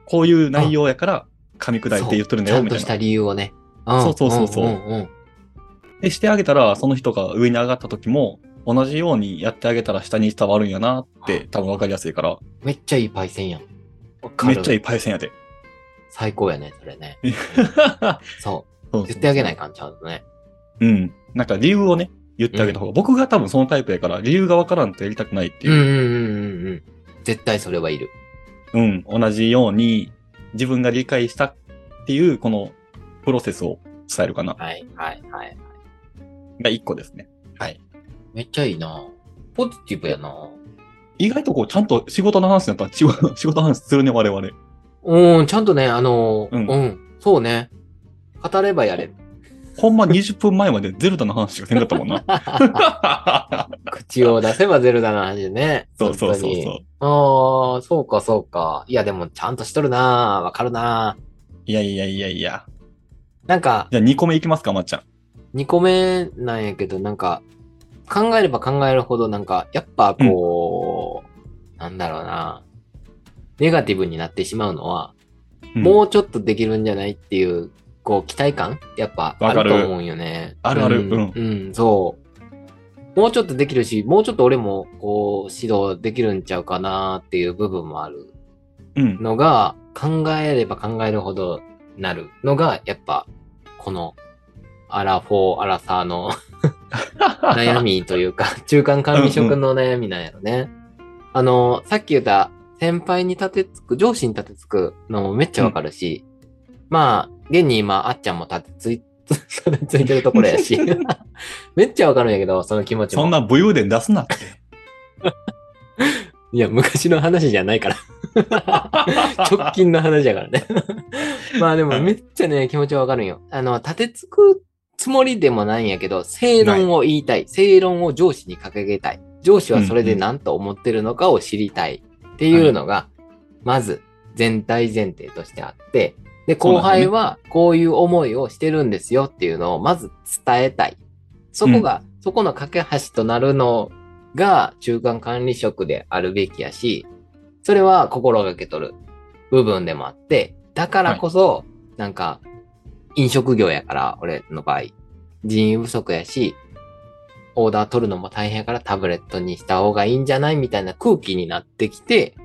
[SPEAKER 2] こういう内容やから噛み砕いて言っとるんだ
[SPEAKER 1] ちゃ
[SPEAKER 2] よ、
[SPEAKER 1] ん
[SPEAKER 2] みた
[SPEAKER 1] と
[SPEAKER 2] い
[SPEAKER 1] し
[SPEAKER 2] な。
[SPEAKER 1] た理由をね。ん
[SPEAKER 2] そうそうそうそうん
[SPEAKER 1] んん
[SPEAKER 2] で、してあげたら、その人が上に上がった時も、同じようにやってあげたら下に伝わるんやなって、多分わかりやすいから、
[SPEAKER 1] めっちゃいいパイセンやん。
[SPEAKER 2] めっちゃい
[SPEAKER 1] い。
[SPEAKER 2] いパイセン やで。
[SPEAKER 1] 最高やね、それね。そう。言ってあげないかん、ちゃんとね。
[SPEAKER 2] うん。なんか理由をね、言ってあげた方が、僕が多分そのタイプやから、理由がわからんとやりたくないって
[SPEAKER 1] うん
[SPEAKER 2] いうう。
[SPEAKER 1] んうんうんうん。絶対それはいる。
[SPEAKER 2] うん、同じように、自分が理解したっていう、このプロセスを伝えるかな。
[SPEAKER 1] はい、はい、はい。
[SPEAKER 2] が一個ですね。
[SPEAKER 1] めっちゃいいなポジティブやな
[SPEAKER 2] 意外とこう、ちゃんと仕事の話になったら、 仕事仕事の話するね、我々。
[SPEAKER 1] うん、ちゃんとね、あのー、う
[SPEAKER 2] う
[SPEAKER 1] んん、そうね。語ればやれる。
[SPEAKER 2] ほんま20分前までゼルダの話しかせんかった もんな。
[SPEAKER 1] 口を出せばゼルダの話ね。
[SPEAKER 2] そうそうそ
[SPEAKER 1] 本当
[SPEAKER 2] うそ
[SPEAKER 1] に
[SPEAKER 2] う。
[SPEAKER 1] ああ、そうか、そうか。いや、でも、ちゃんとしとるなわかるない
[SPEAKER 2] やいやいやいや。
[SPEAKER 1] なんか、
[SPEAKER 2] じゃあ2個目いきますか、まっちゃん。
[SPEAKER 1] 2個目なんやけど、なんか、考えれば考えるほど、なんか、やっぱ、こう、なんだろうなネガティブになってしまうのは、
[SPEAKER 2] うん
[SPEAKER 1] もうちょっとできるんじゃないっていう、こう、期待感やっぱ
[SPEAKER 2] わ
[SPEAKER 1] あ
[SPEAKER 2] か
[SPEAKER 1] る
[SPEAKER 2] る
[SPEAKER 1] と思うんよね。
[SPEAKER 2] あるある
[SPEAKER 1] うん。
[SPEAKER 2] うん
[SPEAKER 1] うんそう。もうちょっとできるし、もうちょっと俺も、こう、指導できるんちゃうかなっていう部分もある
[SPEAKER 2] うん。
[SPEAKER 1] のが、考えれば考えるほどなるのが、やっぱ、この、アラフォー、アラサーの 悩みというか、中間管理職の悩みなんやろね。あの、さっき言った先輩に立てつく、上司に立てつくのもめっちゃわかるし、まあ、現に今、あっちゃんも立てつい、 立てついてるところや し、めっちゃわかるんやけど、その気持ちも。
[SPEAKER 2] そんな武勇伝出すなって。
[SPEAKER 1] いや、昔の話じゃないから。 直近の話だから ね。まあでもめっちゃね、気持ちはわかるんよ。あの、立てつくつもりでもないんやけど、正論を言いたい。正論を上司に掲げたい。上司はそれで何と思ってるのかを知りたい。っていうのが、まず全体前提としてあって、で、
[SPEAKER 2] そう
[SPEAKER 1] 後
[SPEAKER 2] なんだね
[SPEAKER 1] 輩はこういう思いをしてるんですよっていうのをまず伝えたい。そこが、そこの架け橋となるのが中間管理職であるべきやし、それは心がけとる部分でもあって、だからこそ、なんか、飲食業やから、俺の場合、人員不足やし、オーダー取るのも大変やからタブレットにした方がいいんじゃないみたいな空気になってきて、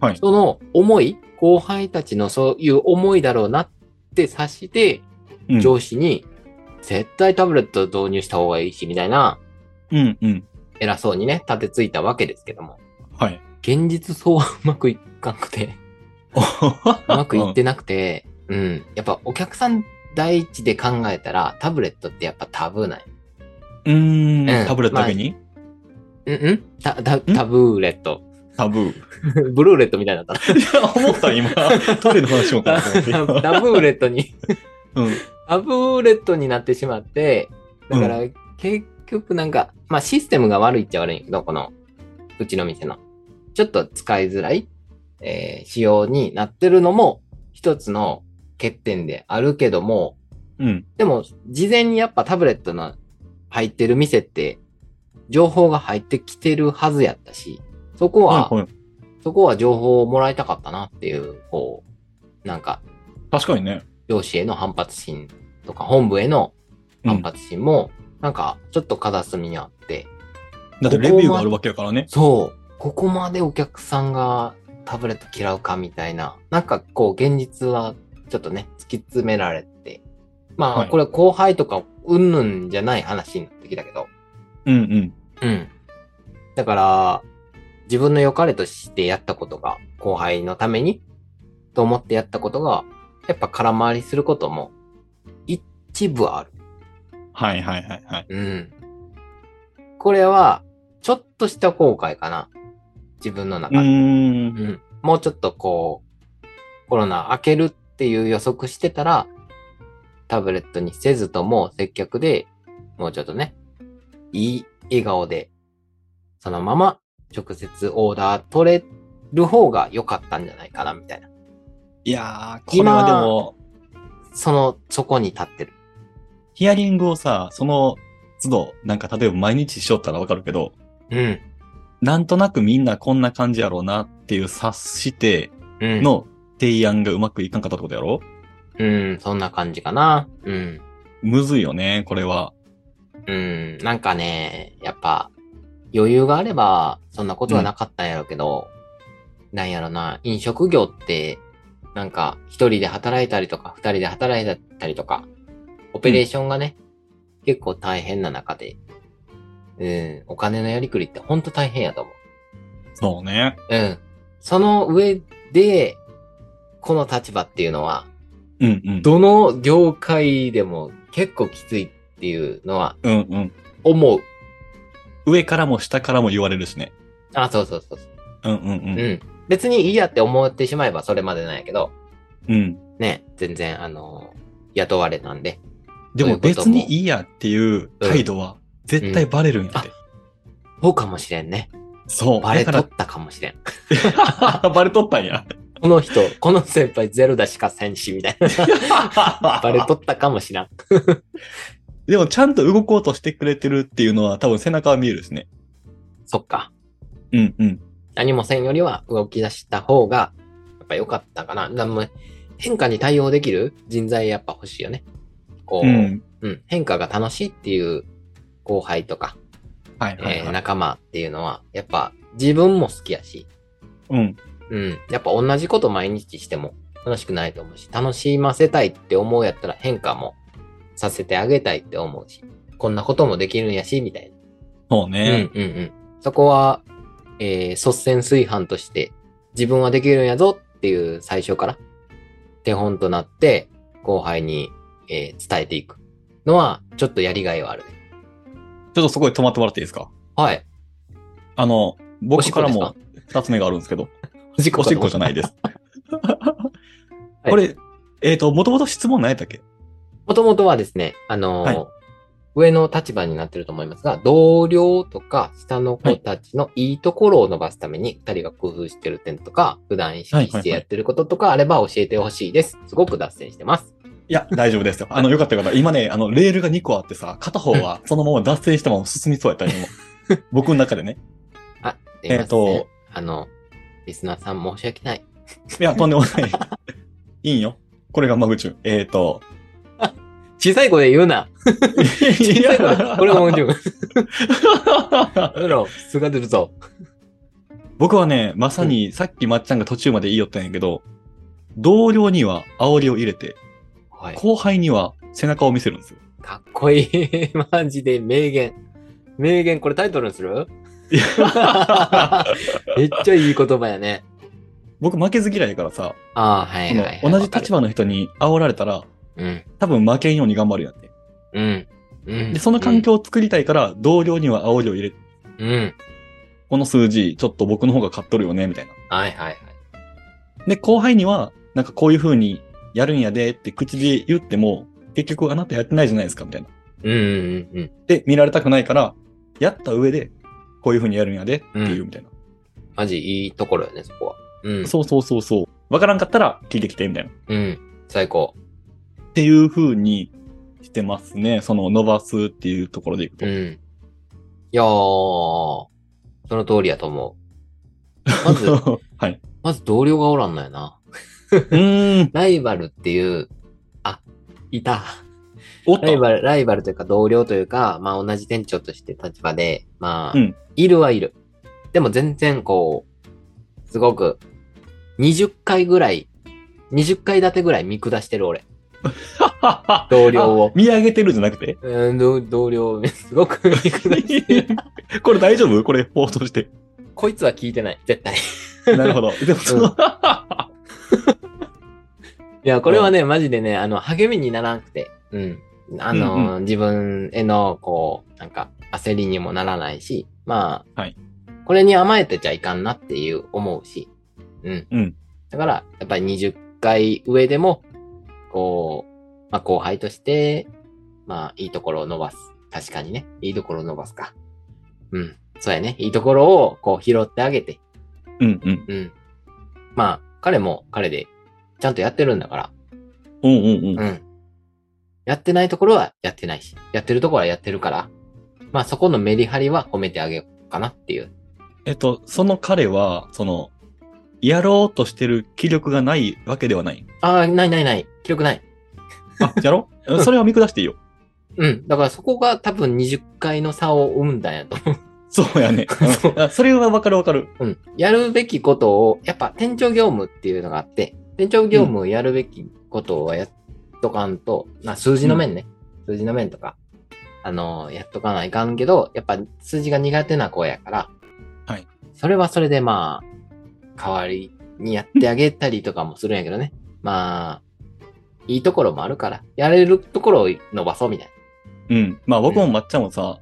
[SPEAKER 2] はい
[SPEAKER 1] その思い、後輩たちのそういう思いだろうなって察して、
[SPEAKER 2] うん
[SPEAKER 1] 上司に、絶対タブレット導入した方がいいし、みたいな、
[SPEAKER 2] うんうん。
[SPEAKER 1] 偉そうにね、立てついたわけですけども、
[SPEAKER 2] はい。
[SPEAKER 1] 現実そうはうまくいかんくて、
[SPEAKER 2] う
[SPEAKER 1] うまくいってなくて、うん。やっぱお客さん第一で考えたら、タブレットってやっぱタブーなんよ
[SPEAKER 2] ん。
[SPEAKER 1] うん
[SPEAKER 2] タブレットだけに、
[SPEAKER 1] うんうんタタタブーレット。
[SPEAKER 2] タブー。
[SPEAKER 1] ブルーレットみたいになった
[SPEAKER 2] いや、思った今。トイレの話し ようかなと思って
[SPEAKER 1] な。タブーレットに、
[SPEAKER 2] 今。うん。
[SPEAKER 1] タブーレットになってしまって、だから結局なんか、まあシステムが悪いっちゃ悪いんやけど、この、うちの店の。ちょっと使いづらい、えー仕様になってるのも一つの欠点であるけども、
[SPEAKER 2] うん。
[SPEAKER 1] でも、事前にやっぱタブレットの入ってる店って、情報が入ってきてるはずやったし、そこは、
[SPEAKER 2] はいはい
[SPEAKER 1] そこは情報をもらいたかったなっていう、こう、なんか、
[SPEAKER 2] 確かにね。
[SPEAKER 1] 上司への反発心とか、本部への反発心も、なんか、ちょっと片隅にあって、
[SPEAKER 2] だってレビューがあるわけやからね。
[SPEAKER 1] そう、ここまでお客さんがタブレット嫌うかみたいな、なんかこう現実はちょっとね、突き詰められて、ま
[SPEAKER 2] は
[SPEAKER 1] あ
[SPEAKER 2] い
[SPEAKER 1] これ後輩とかうんぬんじゃない話になってきたけど、
[SPEAKER 2] うんうん。
[SPEAKER 1] うん。だから、自分の良かれとしてやったことが、後輩のために、と思ってやったことが、やっぱ空回りすることも、一部ある。
[SPEAKER 2] はいはいはいはい。
[SPEAKER 1] うん。これは、ちょっとした後悔かな。自分の中
[SPEAKER 2] う
[SPEAKER 1] で。
[SPEAKER 2] ーん。
[SPEAKER 1] うん。もうちょっとこう、コロナ明けるっていう予測してたら、タブレットにせずとも接客で、もうちょっとね、いい笑顔で、そのまま直接オーダー取れる方が良かったんじゃないかな、みたいな。
[SPEAKER 2] いやー、これはでも、
[SPEAKER 1] その、そこに立ってる。
[SPEAKER 2] ヒアリングをさ、その都度、なんか例えば毎日しよったらわかるけど、
[SPEAKER 1] うん。
[SPEAKER 2] なんとなくみんなこんな感じやろうなっていう察して
[SPEAKER 1] うん。
[SPEAKER 2] の提案がうまくいかんかったってことやろ
[SPEAKER 1] うん、そんな感じかな。うん。
[SPEAKER 2] むずいよね、これは。
[SPEAKER 1] うん、なんかね、やっぱ、余裕があれば、そんなことはなかったんやろうけど、なんやろな、飲食業って、なんか、一人で働いたりとか、二人で働いたりとか、オペレーションがね、結構大変な中で、うん、お金のやりくりってほんと大変やと思う。
[SPEAKER 2] そうね。
[SPEAKER 1] うん。その上で、この立場っていうのは、
[SPEAKER 2] うんうん。
[SPEAKER 1] どの業界でも結構きついっていうのは
[SPEAKER 2] うんうん。
[SPEAKER 1] 思う。
[SPEAKER 2] 上からも下からも言われるしね。
[SPEAKER 1] あ、そうそうそうそう。
[SPEAKER 2] うんうんうん。
[SPEAKER 1] うん。別にいいやって思ってしまえばそれまでなんやけど、
[SPEAKER 2] うん。
[SPEAKER 1] ね、全然、あの、雇われなんで。
[SPEAKER 2] でも
[SPEAKER 1] ということ
[SPEAKER 2] 別
[SPEAKER 1] も
[SPEAKER 2] にいいやっていう態度は絶対バレるんやって。
[SPEAKER 1] そうかもしれんね。
[SPEAKER 2] そう。
[SPEAKER 1] バレ
[SPEAKER 2] だ
[SPEAKER 1] と
[SPEAKER 2] か
[SPEAKER 1] ったかもしれん。
[SPEAKER 2] ら バレとったんや。
[SPEAKER 1] この人、この先輩ゼロだしかせんし、みたい な。 バレとったかもしらん。
[SPEAKER 2] でもちゃんと動こうとしてくれてるっていうのは多分背中は見えるしね。
[SPEAKER 1] そっか。
[SPEAKER 2] うんうん。
[SPEAKER 1] 何もせんよりは動き出した方が、やっぱ良かったかな。でも変化に対応できる人材やっぱ欲しいよね。こう、
[SPEAKER 2] う
[SPEAKER 1] うん、
[SPEAKER 2] ん。
[SPEAKER 1] 変化が楽しいっていう後輩とか、
[SPEAKER 2] はいはい、
[SPEAKER 1] えー
[SPEAKER 2] はい
[SPEAKER 1] 仲間っていうのは、やっぱ自分も好きやし、
[SPEAKER 2] うん。
[SPEAKER 1] うん。やっぱ同じこと毎日しても楽しくないと思うし、楽しませたいって思うやったら変化もさせてあげたいって思うし、こんなこともできるんやし、みたいな。
[SPEAKER 2] そう
[SPEAKER 1] うん
[SPEAKER 2] ね。
[SPEAKER 1] うんうん。そこは、えー、率先炊飯として、自分はできるんやぞっていう最初から、手本となって、後輩に、えー伝えていくのは、ちょっとやりがいはあるね。
[SPEAKER 2] ちょっとそこで止まってもらっていいですか
[SPEAKER 1] はい。
[SPEAKER 2] あの、僕から
[SPEAKER 1] おしっ
[SPEAKER 2] も
[SPEAKER 1] こ
[SPEAKER 2] 二つ目があるんですけど、
[SPEAKER 1] おしっ
[SPEAKER 2] おしっこじゃない
[SPEAKER 1] で。
[SPEAKER 2] です。 これ、えっ、と、もともと質問何やったっけ
[SPEAKER 1] もともとはですね、あのー
[SPEAKER 2] はい
[SPEAKER 1] 上の立場になってると思いますが、同僚とか下の子たちのいいところを伸ばすために、二人が工夫してる点とか、普段意識
[SPEAKER 2] はい
[SPEAKER 1] し
[SPEAKER 2] はい
[SPEAKER 1] て
[SPEAKER 2] は
[SPEAKER 1] や
[SPEAKER 2] い
[SPEAKER 1] ってることとかあれば教えてほしいです。すごく脱線してます。
[SPEAKER 2] いや、大丈夫ですよ。あの、よかったよかった。今ね、あの、レールが2個あってさ、片 方はそのまま脱線したまま進みそうやった今。僕の中で
[SPEAKER 1] す
[SPEAKER 2] ね。
[SPEAKER 1] いません
[SPEAKER 2] えーと、
[SPEAKER 1] あの、リスナーさん申し訳ない。
[SPEAKER 2] いや、とんでもない。 いいんよ。これがマグチューン。えっ、ー、と。
[SPEAKER 1] 小さい声で言う な。 小さい声で。これがもう十分。うろ、すが出るぞ。
[SPEAKER 2] 僕はね、まさにさっきまっちゃんが途中まで言いよったんやけど、同僚には煽りを入れて、
[SPEAKER 1] はい。
[SPEAKER 2] 後輩には背中を見せるんですよ。
[SPEAKER 1] かっこいい。 マジで名言。名言、これタイトルにする
[SPEAKER 2] いや
[SPEAKER 1] めっちゃいい言葉やね。
[SPEAKER 2] 僕負けず嫌いやからさ、
[SPEAKER 1] ああ、はい
[SPEAKER 2] その
[SPEAKER 1] はい、はい。
[SPEAKER 2] 同じ立場の人に煽られたら、
[SPEAKER 1] うん。
[SPEAKER 2] 多分負けんように頑張るやんね。
[SPEAKER 1] うん。うん。
[SPEAKER 2] で、その環境を作りたいから、同僚には煽りを入れて、
[SPEAKER 1] うん。うん。
[SPEAKER 2] この数字、ちょっと僕の方が勝っとるよね、みたいな。
[SPEAKER 1] はいはいはい。
[SPEAKER 2] で、後輩には、なんかこういう風にやるんやでって口で言っても、結局あなたやってないじゃないですか、みたいな。
[SPEAKER 1] うんうんうん。
[SPEAKER 2] で、見られたくないから、やった上で、こういう風にやるんやでっていうみたいな。
[SPEAKER 1] マジいいところよね、そこは。うん。
[SPEAKER 2] そうそうそうそう。わからんかったら聞いてきて、みたいな。
[SPEAKER 1] うん。最高。
[SPEAKER 2] っていう風にしてますね。その伸ばすっていうところでいくと。
[SPEAKER 1] うん。いやー、その通りやと思う。ま ず、
[SPEAKER 2] はい。
[SPEAKER 1] まず同僚がおらんのやな。
[SPEAKER 2] うーん。
[SPEAKER 1] ライバルっていう、あ、いた。
[SPEAKER 2] おっ
[SPEAKER 1] ライ
[SPEAKER 2] と。
[SPEAKER 1] バル、ライバルというか同僚というか、まあ同じ店長として立場で、まあ、
[SPEAKER 2] うん。
[SPEAKER 1] いるはいる。でも全然こう、すごく、20回ぐらい、20回立てぐらい見下してる俺。同僚を
[SPEAKER 2] 見上げてるじゃなくて
[SPEAKER 1] うん、同同僚、 すごく見下してる。
[SPEAKER 2] これ大丈夫これ放送して。
[SPEAKER 1] こいつは聞いてない、絶対。い
[SPEAKER 2] なるほど。でもその、
[SPEAKER 1] や、これはね、マジでね、あの、励みにならなくて、うん。あの、
[SPEAKER 2] うん
[SPEAKER 1] 自分への、こう、なんか、焦りにもならないし、まあ、
[SPEAKER 2] はい
[SPEAKER 1] これに甘えてちゃいかんなっていう思うし、うん。
[SPEAKER 2] うん
[SPEAKER 1] だから、やっぱり20回上でも、こう、まあ、後輩として、まあ、いいところを伸ばす。確かにね、いいところを伸ばすか。うん。そうやね。いいところを、こう、拾ってあげて、
[SPEAKER 2] うんうん。
[SPEAKER 1] うん。まあ、彼も彼で、ちゃんとやってるんだから、
[SPEAKER 2] うんうんうん。
[SPEAKER 1] うん。やってないところはやってないし、やってるところはやってるから、まあそこのメリハリは褒めてあげようかなっていう。
[SPEAKER 2] えっと、その彼は、その、やろうとしてる気力がないわけではない。
[SPEAKER 1] ああ、ないないない。記録ない。
[SPEAKER 2] あ、やろうそれは見下していいよ。
[SPEAKER 1] うん。だからそこが多分20回の差を生むんだんやと思
[SPEAKER 2] そうやね。
[SPEAKER 1] そう
[SPEAKER 2] あ それはわかるわかる。
[SPEAKER 1] う。うん。やるべきことを、やっぱ店長業務っていうのがあって、店長業務をやるべきことはやっとかんと、まあ数字の面ね。数字の面とか、あのーやっとかないかんけど、やっぱ数字が苦手な子やから、
[SPEAKER 2] はい。
[SPEAKER 1] それはそれでまあ、代わりにやってあげたりとかもするんやけどね。まあ、いいところもあるから、やれるところを伸ばそうみたい
[SPEAKER 2] うん。まあ僕もまっちゃんもさ、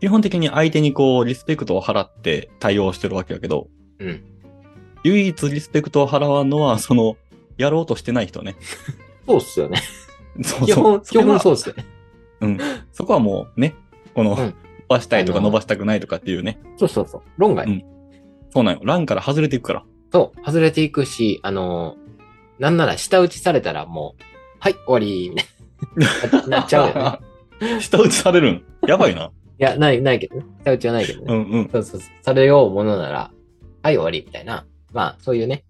[SPEAKER 2] 基本的に相手にこう、リスペクトを払って対応してるわけやけど、
[SPEAKER 1] な。うん。
[SPEAKER 2] 唯一リスペクトを払わんのは、その、やろうとしてない人ね。
[SPEAKER 1] そうっすよね。
[SPEAKER 2] そ う
[SPEAKER 1] 基
[SPEAKER 2] そう。
[SPEAKER 1] 本、。基本そううっすよね。
[SPEAKER 2] うん。そこはもうね、こ
[SPEAKER 1] う
[SPEAKER 2] の、
[SPEAKER 1] ん
[SPEAKER 2] 伸ばしたいとか
[SPEAKER 1] あの
[SPEAKER 2] 伸ばしたくないとかっていうね。
[SPEAKER 1] そうそうそう。論外。
[SPEAKER 2] うんそうなんよ。欄から外れていくから。
[SPEAKER 1] そう、外れていくし、あのーなんなら下打ちされたらもう、はい、終わり、みたいなな なっちゃうよね。
[SPEAKER 2] ね。 下打ちされるん。やばいな。
[SPEAKER 1] いや、ない、ないけどね。下打ちはないけどね。
[SPEAKER 2] うんうん。
[SPEAKER 1] そうそうそう。されようものなら、はい、終わり、みたいな。まあ、そういうね、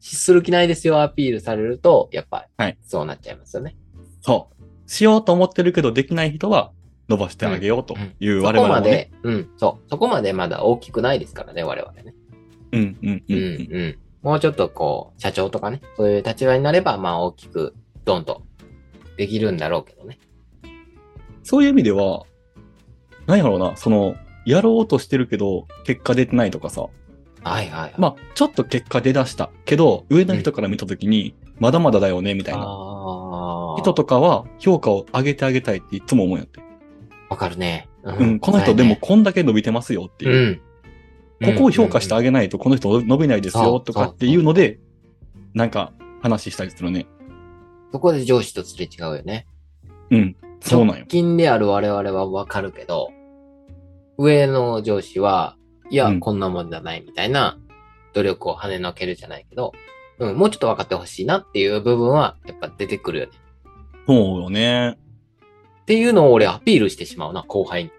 [SPEAKER 1] する気ないですよ、アピールされると、やっぱ、
[SPEAKER 2] はい
[SPEAKER 1] そうなっちゃいますよね。
[SPEAKER 2] そう。しようと思ってるけどできない人は伸ばしてあげようという
[SPEAKER 1] そ
[SPEAKER 2] 我
[SPEAKER 1] こ
[SPEAKER 2] 々
[SPEAKER 1] ま
[SPEAKER 2] もね。
[SPEAKER 1] で、うん、そう。そこまでまだ大きくないですからね、我々ね。
[SPEAKER 2] うんうんう
[SPEAKER 1] うんん、
[SPEAKER 2] う。
[SPEAKER 1] うんん。もうちょっとこう、社長とかね、そういう立場になれば、まあ、大きく、ドンと、できるんだろうけどね。
[SPEAKER 2] そういう意味では、なんやろうな、その、やろうとしてるけど、結果出てないとかさ。
[SPEAKER 1] はいはいはい。
[SPEAKER 2] まあ、ちょっと結果出だしたけど、上の人から見たときに、まだまだだよね、みたいな。
[SPEAKER 1] あー
[SPEAKER 2] 人とかは、評価を上げてあげたいっていつも思うんやって。
[SPEAKER 1] わかるね。う
[SPEAKER 2] うん、この人でも、こんだけ伸びてますよって
[SPEAKER 1] う
[SPEAKER 2] いう。
[SPEAKER 1] ん。
[SPEAKER 2] ここを評価してあ
[SPEAKER 1] げ
[SPEAKER 2] げないと、この人伸びないです
[SPEAKER 1] そ
[SPEAKER 2] よ
[SPEAKER 1] う
[SPEAKER 2] とかっていうので、なんか話したりするね。
[SPEAKER 1] そこで上司とすれ違うよね。
[SPEAKER 2] うん。そうなんよ
[SPEAKER 1] 直。近である我々はわかるけど、上の上司は、いや、
[SPEAKER 2] うん
[SPEAKER 1] こんなもんじゃないみたいな努力を跳ねのけるじゃないけど、うん、もうちょっと分かってほしいなっていう部分は、やっぱ出てくるよね。
[SPEAKER 2] そうよね。
[SPEAKER 1] っていうのを俺アピールしてしまうな、後輩に。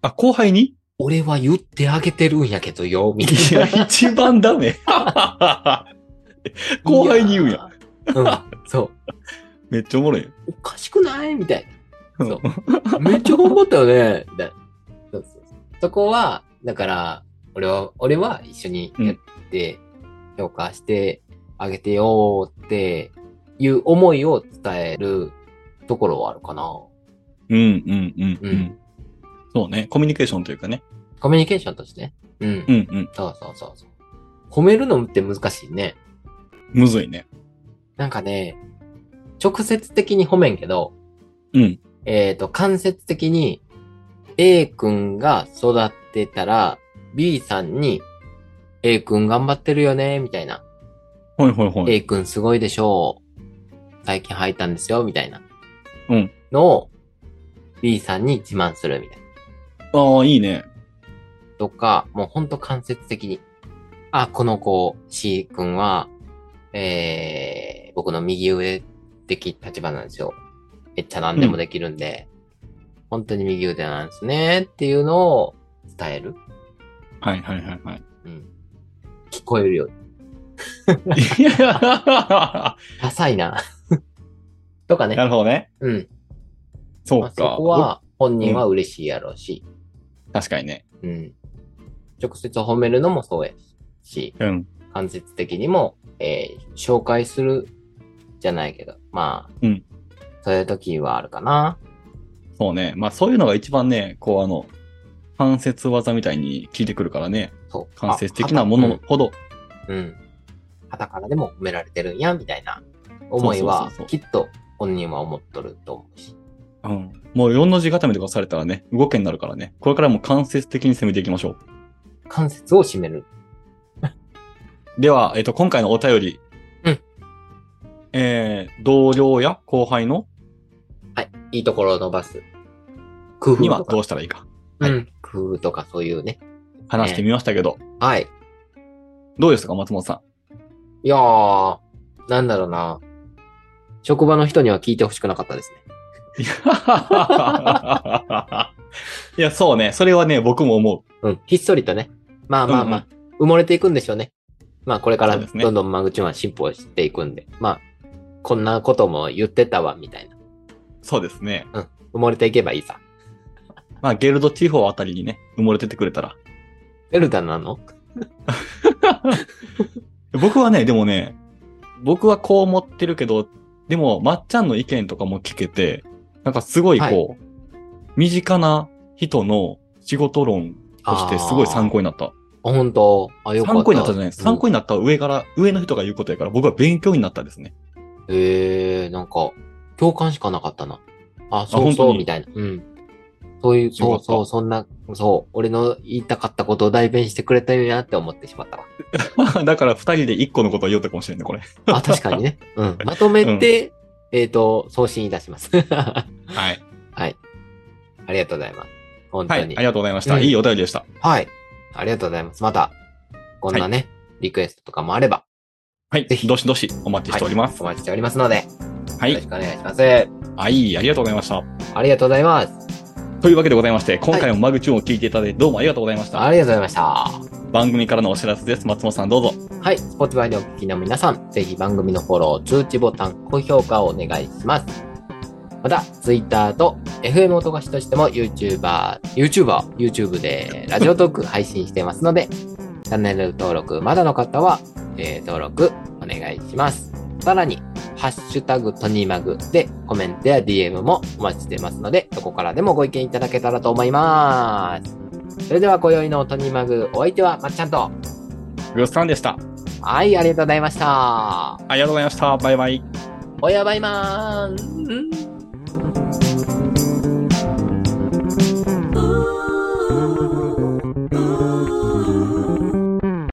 [SPEAKER 2] あ、後輩に
[SPEAKER 1] 俺は言ってあげてるんやけどよ、みた
[SPEAKER 2] い
[SPEAKER 1] い
[SPEAKER 2] や、
[SPEAKER 1] な。
[SPEAKER 2] 一番ダ メ。 後輩に言うん
[SPEAKER 1] い
[SPEAKER 2] や。
[SPEAKER 1] や。うん、そう。
[SPEAKER 2] めっちゃおもろいよ。
[SPEAKER 1] おかしくないみたいな。そう
[SPEAKER 2] う。
[SPEAKER 1] めっちゃ頑張ったよねみたいな。そうそうそうそこは、だから、俺は、俺は一緒にやって、評価してあげてよーっていう思いを伝えるところはあるかな。
[SPEAKER 2] うん、うん、うん、う。
[SPEAKER 1] うん
[SPEAKER 2] そうね。コミュニケーションというかね。
[SPEAKER 1] コミュニケーションとしてね。うん。
[SPEAKER 2] うん、うん。
[SPEAKER 1] そうそうそうそう。褒めるのって難しいね。
[SPEAKER 2] むずいね。
[SPEAKER 1] なんかね、直接的に褒めんけど、
[SPEAKER 2] うん。
[SPEAKER 1] えっ、と、間接的に A 君が育ってたら B さんに A 君頑張ってるよね、みたいな。
[SPEAKER 2] ほいほいほい。
[SPEAKER 1] A 君すごいでしょう。最近入ったんですよ、みたいな。
[SPEAKER 2] うん。
[SPEAKER 1] のを B さんに自慢するみたいな。
[SPEAKER 2] ああ、いいね。
[SPEAKER 1] とか、もうほんと間接的に。あ、この子、C 君は、えー、僕の右上的立場なんですよ。めっちゃ何でもできるんで、本当に右腕なんですねっていうのを伝える。
[SPEAKER 2] はいはいはいはい。
[SPEAKER 1] うん。聞こえるように。
[SPEAKER 2] い や
[SPEAKER 1] ダサいな。 とか
[SPEAKER 2] な
[SPEAKER 1] ね。
[SPEAKER 2] るほどね。
[SPEAKER 1] うん。
[SPEAKER 2] そ
[SPEAKER 1] まあ
[SPEAKER 2] う
[SPEAKER 1] そ
[SPEAKER 2] か
[SPEAKER 1] こ。は本人は嬉しいやろうし、
[SPEAKER 2] 確かにね。
[SPEAKER 1] うん。直接褒めるのもそうやし、
[SPEAKER 2] うん。
[SPEAKER 1] 間接的にも、えー紹介するじゃないけど、まあ、
[SPEAKER 2] うん
[SPEAKER 1] そういう時はあるかな。
[SPEAKER 2] そうね。まあそういうのが一番ね、こうあの、関節技みたいに効いてくるからね。
[SPEAKER 1] そう。
[SPEAKER 2] 関節的なものほど。
[SPEAKER 1] あ。うん。うん肌からでも褒められてるんや、みたいな思い
[SPEAKER 2] そう
[SPEAKER 1] は
[SPEAKER 2] そうそうそう、
[SPEAKER 1] きっと本人は思っとると思うし。
[SPEAKER 2] うん。もう4の字固めとかされたらね、動けになるからね。これからも関節的に攻めていきましょう。
[SPEAKER 1] 関節を締める。
[SPEAKER 2] では、えっと、今回のお便り。
[SPEAKER 1] うん。
[SPEAKER 2] えー、同僚や後輩の
[SPEAKER 1] はい。いいところを伸ばす。工夫
[SPEAKER 2] に
[SPEAKER 1] と
[SPEAKER 2] は
[SPEAKER 1] か
[SPEAKER 2] ど。うしたらいいか
[SPEAKER 1] う
[SPEAKER 2] はい
[SPEAKER 1] ん。工夫とかそういうね。
[SPEAKER 2] 話してみましたけど、
[SPEAKER 1] はい。
[SPEAKER 2] どうですか、松本さ
[SPEAKER 1] いやー、なんだろうな。職場の人には聞いてほしくなかったですね。
[SPEAKER 2] ん。 いやいや、そうね。それはね、僕も思う。
[SPEAKER 1] うん。ひっそりとね。まあまあまあ、埋もれていくんでしょうね。まあこれから
[SPEAKER 2] そうですね
[SPEAKER 1] どんどん間口は進歩していくんで。まあ、こんなことも言ってたわ、みたいな。
[SPEAKER 2] そうですね。
[SPEAKER 1] 埋もれていけばいいさ。
[SPEAKER 2] まあ、ゲルド地方あたりにね、埋もれててくれたら
[SPEAKER 1] エルダなの
[SPEAKER 2] 僕はね、でもね、僕はこう思ってるけど、でも、まっちゃんの意見とかも聞けて、なんかすごいこう、
[SPEAKER 1] は
[SPEAKER 2] 身近な人の仕事論としてすごい参考になった。
[SPEAKER 1] あ、本当あ、よかった。
[SPEAKER 2] 参考になったじゃない、参考
[SPEAKER 1] に。
[SPEAKER 2] になった上から、上の人が言うことやから、僕は勉強になったですね。
[SPEAKER 1] えー、なんか、共感しかなかったな。あ、そう
[SPEAKER 2] 本
[SPEAKER 1] そ
[SPEAKER 2] 当
[SPEAKER 1] う、
[SPEAKER 2] に
[SPEAKER 1] みたいな。うん。そういう、そう
[SPEAKER 2] よ
[SPEAKER 1] そ
[SPEAKER 2] か
[SPEAKER 1] う、
[SPEAKER 2] っ
[SPEAKER 1] そんな、そう、俺の言いたかったことを代弁してくれたよなって思ってしまったわ。
[SPEAKER 2] だから二人で一個のことを言おうたかもしれんね、これ。
[SPEAKER 1] あ、確かにね。うん。まとめて、えっ、と、送信いたします。
[SPEAKER 2] はい。
[SPEAKER 1] ありがとうございます。本
[SPEAKER 2] はい、
[SPEAKER 1] 当
[SPEAKER 2] あり
[SPEAKER 1] に。
[SPEAKER 2] がとうございました。
[SPEAKER 1] うん
[SPEAKER 2] いいお便りでした。
[SPEAKER 1] はい。ありがとうございます。また、こんなね、リクエストとかもあれば、
[SPEAKER 2] はい
[SPEAKER 1] ぜひ、
[SPEAKER 2] どしどしお待ちしております。
[SPEAKER 1] お待ちしておりますので、
[SPEAKER 2] は
[SPEAKER 1] よろ
[SPEAKER 2] い
[SPEAKER 1] し、くお願いします。あ
[SPEAKER 2] はい、ありがとうございました。
[SPEAKER 1] りがとうございます。
[SPEAKER 2] というわけでございまして、今回もマグチューンを聞いていただいて、どうもありがとうございました。
[SPEAKER 1] ありがとうございました。
[SPEAKER 2] 番組からのお知らせです。松本さんどうぞ。
[SPEAKER 1] はい。Spotify でお聞きの皆さん、ぜひ番組のフォロー、通知ボタン、高評価をお願いします。また、Twitter と FM 音菓子としても YouTuber、YouTuber、YouTube でラジオトーク配信してますの で、チャンネル登録まだの方は、えー登録お願いします。さらに、ハハッシュタグトニマグでコメントや DM もお待ちしてますので、どこからでもご意見いただけたらと思います。それでは今宵のトニマグ、お相手はまっちゃんと。
[SPEAKER 2] グッサンでした。
[SPEAKER 1] はい、ありがとうございました。
[SPEAKER 2] ありがとうございました。バイバイ。
[SPEAKER 1] おやばいまーん。